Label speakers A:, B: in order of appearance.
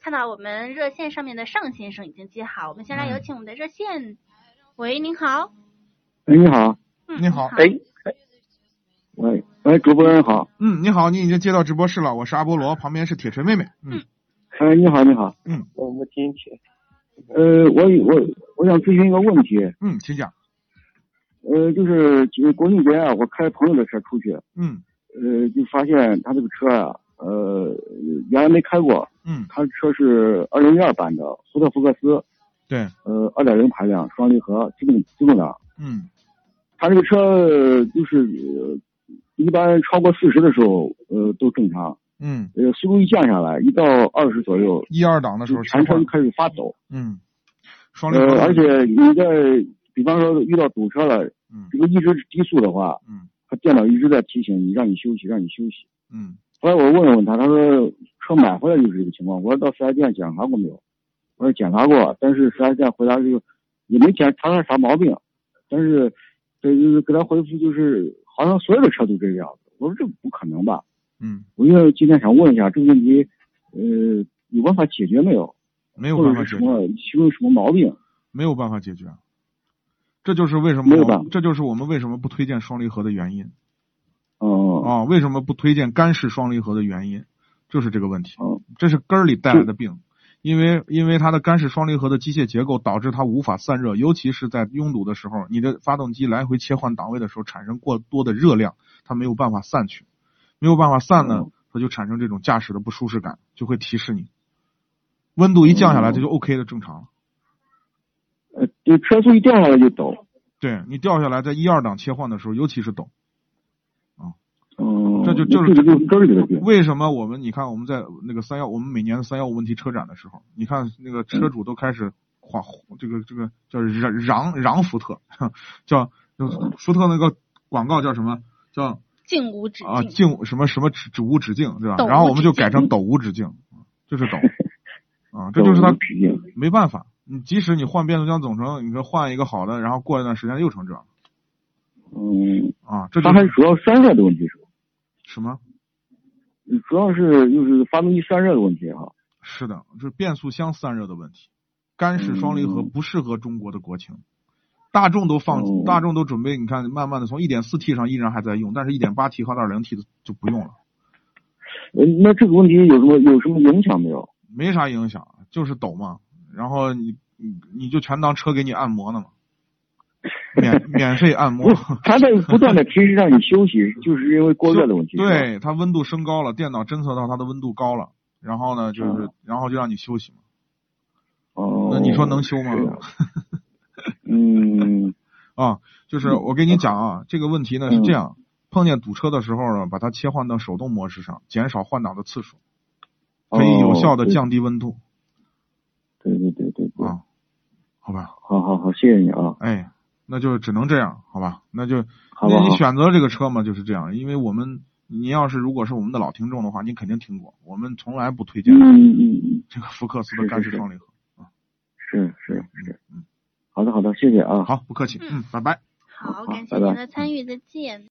A: 看到我们热线上面的尚先生已经接好，我们先
B: 嗯
A: 来有请我们的热线。喂，您好。
C: 喂，哎你好，
A: 嗯，
B: 你好
C: 哎，哎喂，喂，主播人好，
B: 嗯，你好，你已经接到直播室了，我是阿波罗，旁边是铁锤妹妹。嗯，
C: 哎，你好，你好，
B: 嗯，
C: 我们今天，呃，我有我我想咨询一个问题，
B: 嗯，请讲。
C: 呃，就是就是国庆节啊，我开朋友的车出去，
B: 嗯
C: 呃，就发现他这个车啊，呃，原来没开过，
B: 嗯，
C: 他的车是二零一二版的福特福克斯，
B: 对，
C: 呃，二点零排量双离合自动自动挡，
B: 嗯
C: 他这个车呃就是、呃一般超过四十的时候，呃，都正常，
B: 嗯，
C: 呃，速度一降下来，一到二十左右，
B: 一二档的时候切
C: 全
B: 换
C: 程。开始发抖，
B: 嗯，双离合
C: 呃，
B: 的。
C: 而且你在比方说遇到堵车了，
B: 嗯
C: 这个一直低速的话，
B: 嗯
C: 它电脑一直在提醒你，让你休息，让你休息。
B: 嗯，
C: 后来我问了问他，他说车买回来就是这个情况。我说到四 S 店检查过没有？我说检查过，但是四 S 店回答就也没检查出啥毛病，但是这就是给他回复就是好像所有的车都这个样子。我说这不可能吧？
B: 嗯，
C: 我就今天想问一下这个问题，呃，有办法解决没有？
B: 没有
C: 或
B: 办
C: 者
B: 法
C: 是
B: 解
C: 什
B: 决，
C: 么其中有什么毛病？
B: 没有办法解决。啊这就是为什
C: 没
B: 么
C: 有
B: 我
C: 办法
B: 这就是我们为什么不推荐双离合的原因
C: 嗯
B: 啊，为什么不推荐干式双离合的原因，就是这个问题。
C: 嗯
B: 这是根儿里带来的病，因为因为它的干式双离合的机械结构导致它无法散热，尤其是在拥堵的时候，你的发动机来回切换档位的时候产生过多的热量，它没有办法散去，没有办法散呢
C: 嗯，
B: 它就产生这种驾驶的不舒适感，就会提示你，温度一降下来
C: 嗯
B: 这就 OK 的正常了。
C: 呃，就车速一掉下来就抖。
B: 对你掉下来，在一二档切换的时候，尤其是抖。
C: 嗯，
B: 这就
C: 那
B: 就是
C: 这个就是根儿里的病。
B: 为什么我们你看我们在那个三幺，我们每年三幺五问题车展的时候，你看那个车主都开始哗，这个这个叫嚷嚷嚷福特，叫福特那个广告叫什么？叫
A: 竟无止境。
B: 啊静什么什么止止无止境，对吧
A: 抖？无
B: 然后我们就
A: 止境
B: 改成抖无止境，就是抖啊，这就是他
C: 脾气。
B: 没办法。你即使你换变速箱总成，你说换一个好的，然后过一段时间又成这样
C: 嗯，
B: 啊，这就
C: 它还是主要散热的问题是吧？
B: 什么？
C: 主要是就是发动机散热的问题哈。
B: 是的，这变速箱散热的问题，干式双离合
C: 嗯
B: 不适合中国的国情。大众都放，
C: 哦
B: 大众都准备，你看，慢慢的从一点四 T 上依然还在用，但是一点八 T 和二点零 T 的就不用了，
C: 呃，那这个问题有什么有什么影响没有？
B: 没啥影响，就是抖嘛。然后你你你就全当车给你按摩 呢嘛，免免费按摩
C: 不。，它在不断的提示让你休息，就是因为过热的问题。是吧，
B: 对，它温度升高了，电脑侦测到它的温度高了，然后呢就是，
C: 嗯
B: 然后就让你休息嘛。
C: 哦，
B: 那你说能修吗
C: 是啊？嗯，
B: 啊，就是我跟你讲啊，这个问题呢是这样，碰见堵车的时候呢，把它切换到手动模式上，减少换挡的次数， 可以有效的
C: 哦。
B: 降低温度、
C: 对对对对对，
B: 啊，好吧？
C: 好好好，谢谢你啊。
B: 哎，那就只能这样，好吧？那就
C: 好吧
B: 那你
C: 好
B: 选择这个车嘛，就是这样，因为我们你要是如果是我们的老听众的话，你肯定听过，我们从来不推荐
C: 嗯嗯嗯，
B: 这个福克斯的
C: 是是
B: 干式
C: 是
B: 双离合。
C: 是是是
B: 嗯，
C: 好的好的，谢谢啊。
B: 好，不客气，
A: 嗯
B: 嗯，拜拜。
A: 好，
C: 好
A: 感谢
C: 拜拜
A: 您的参与，再见。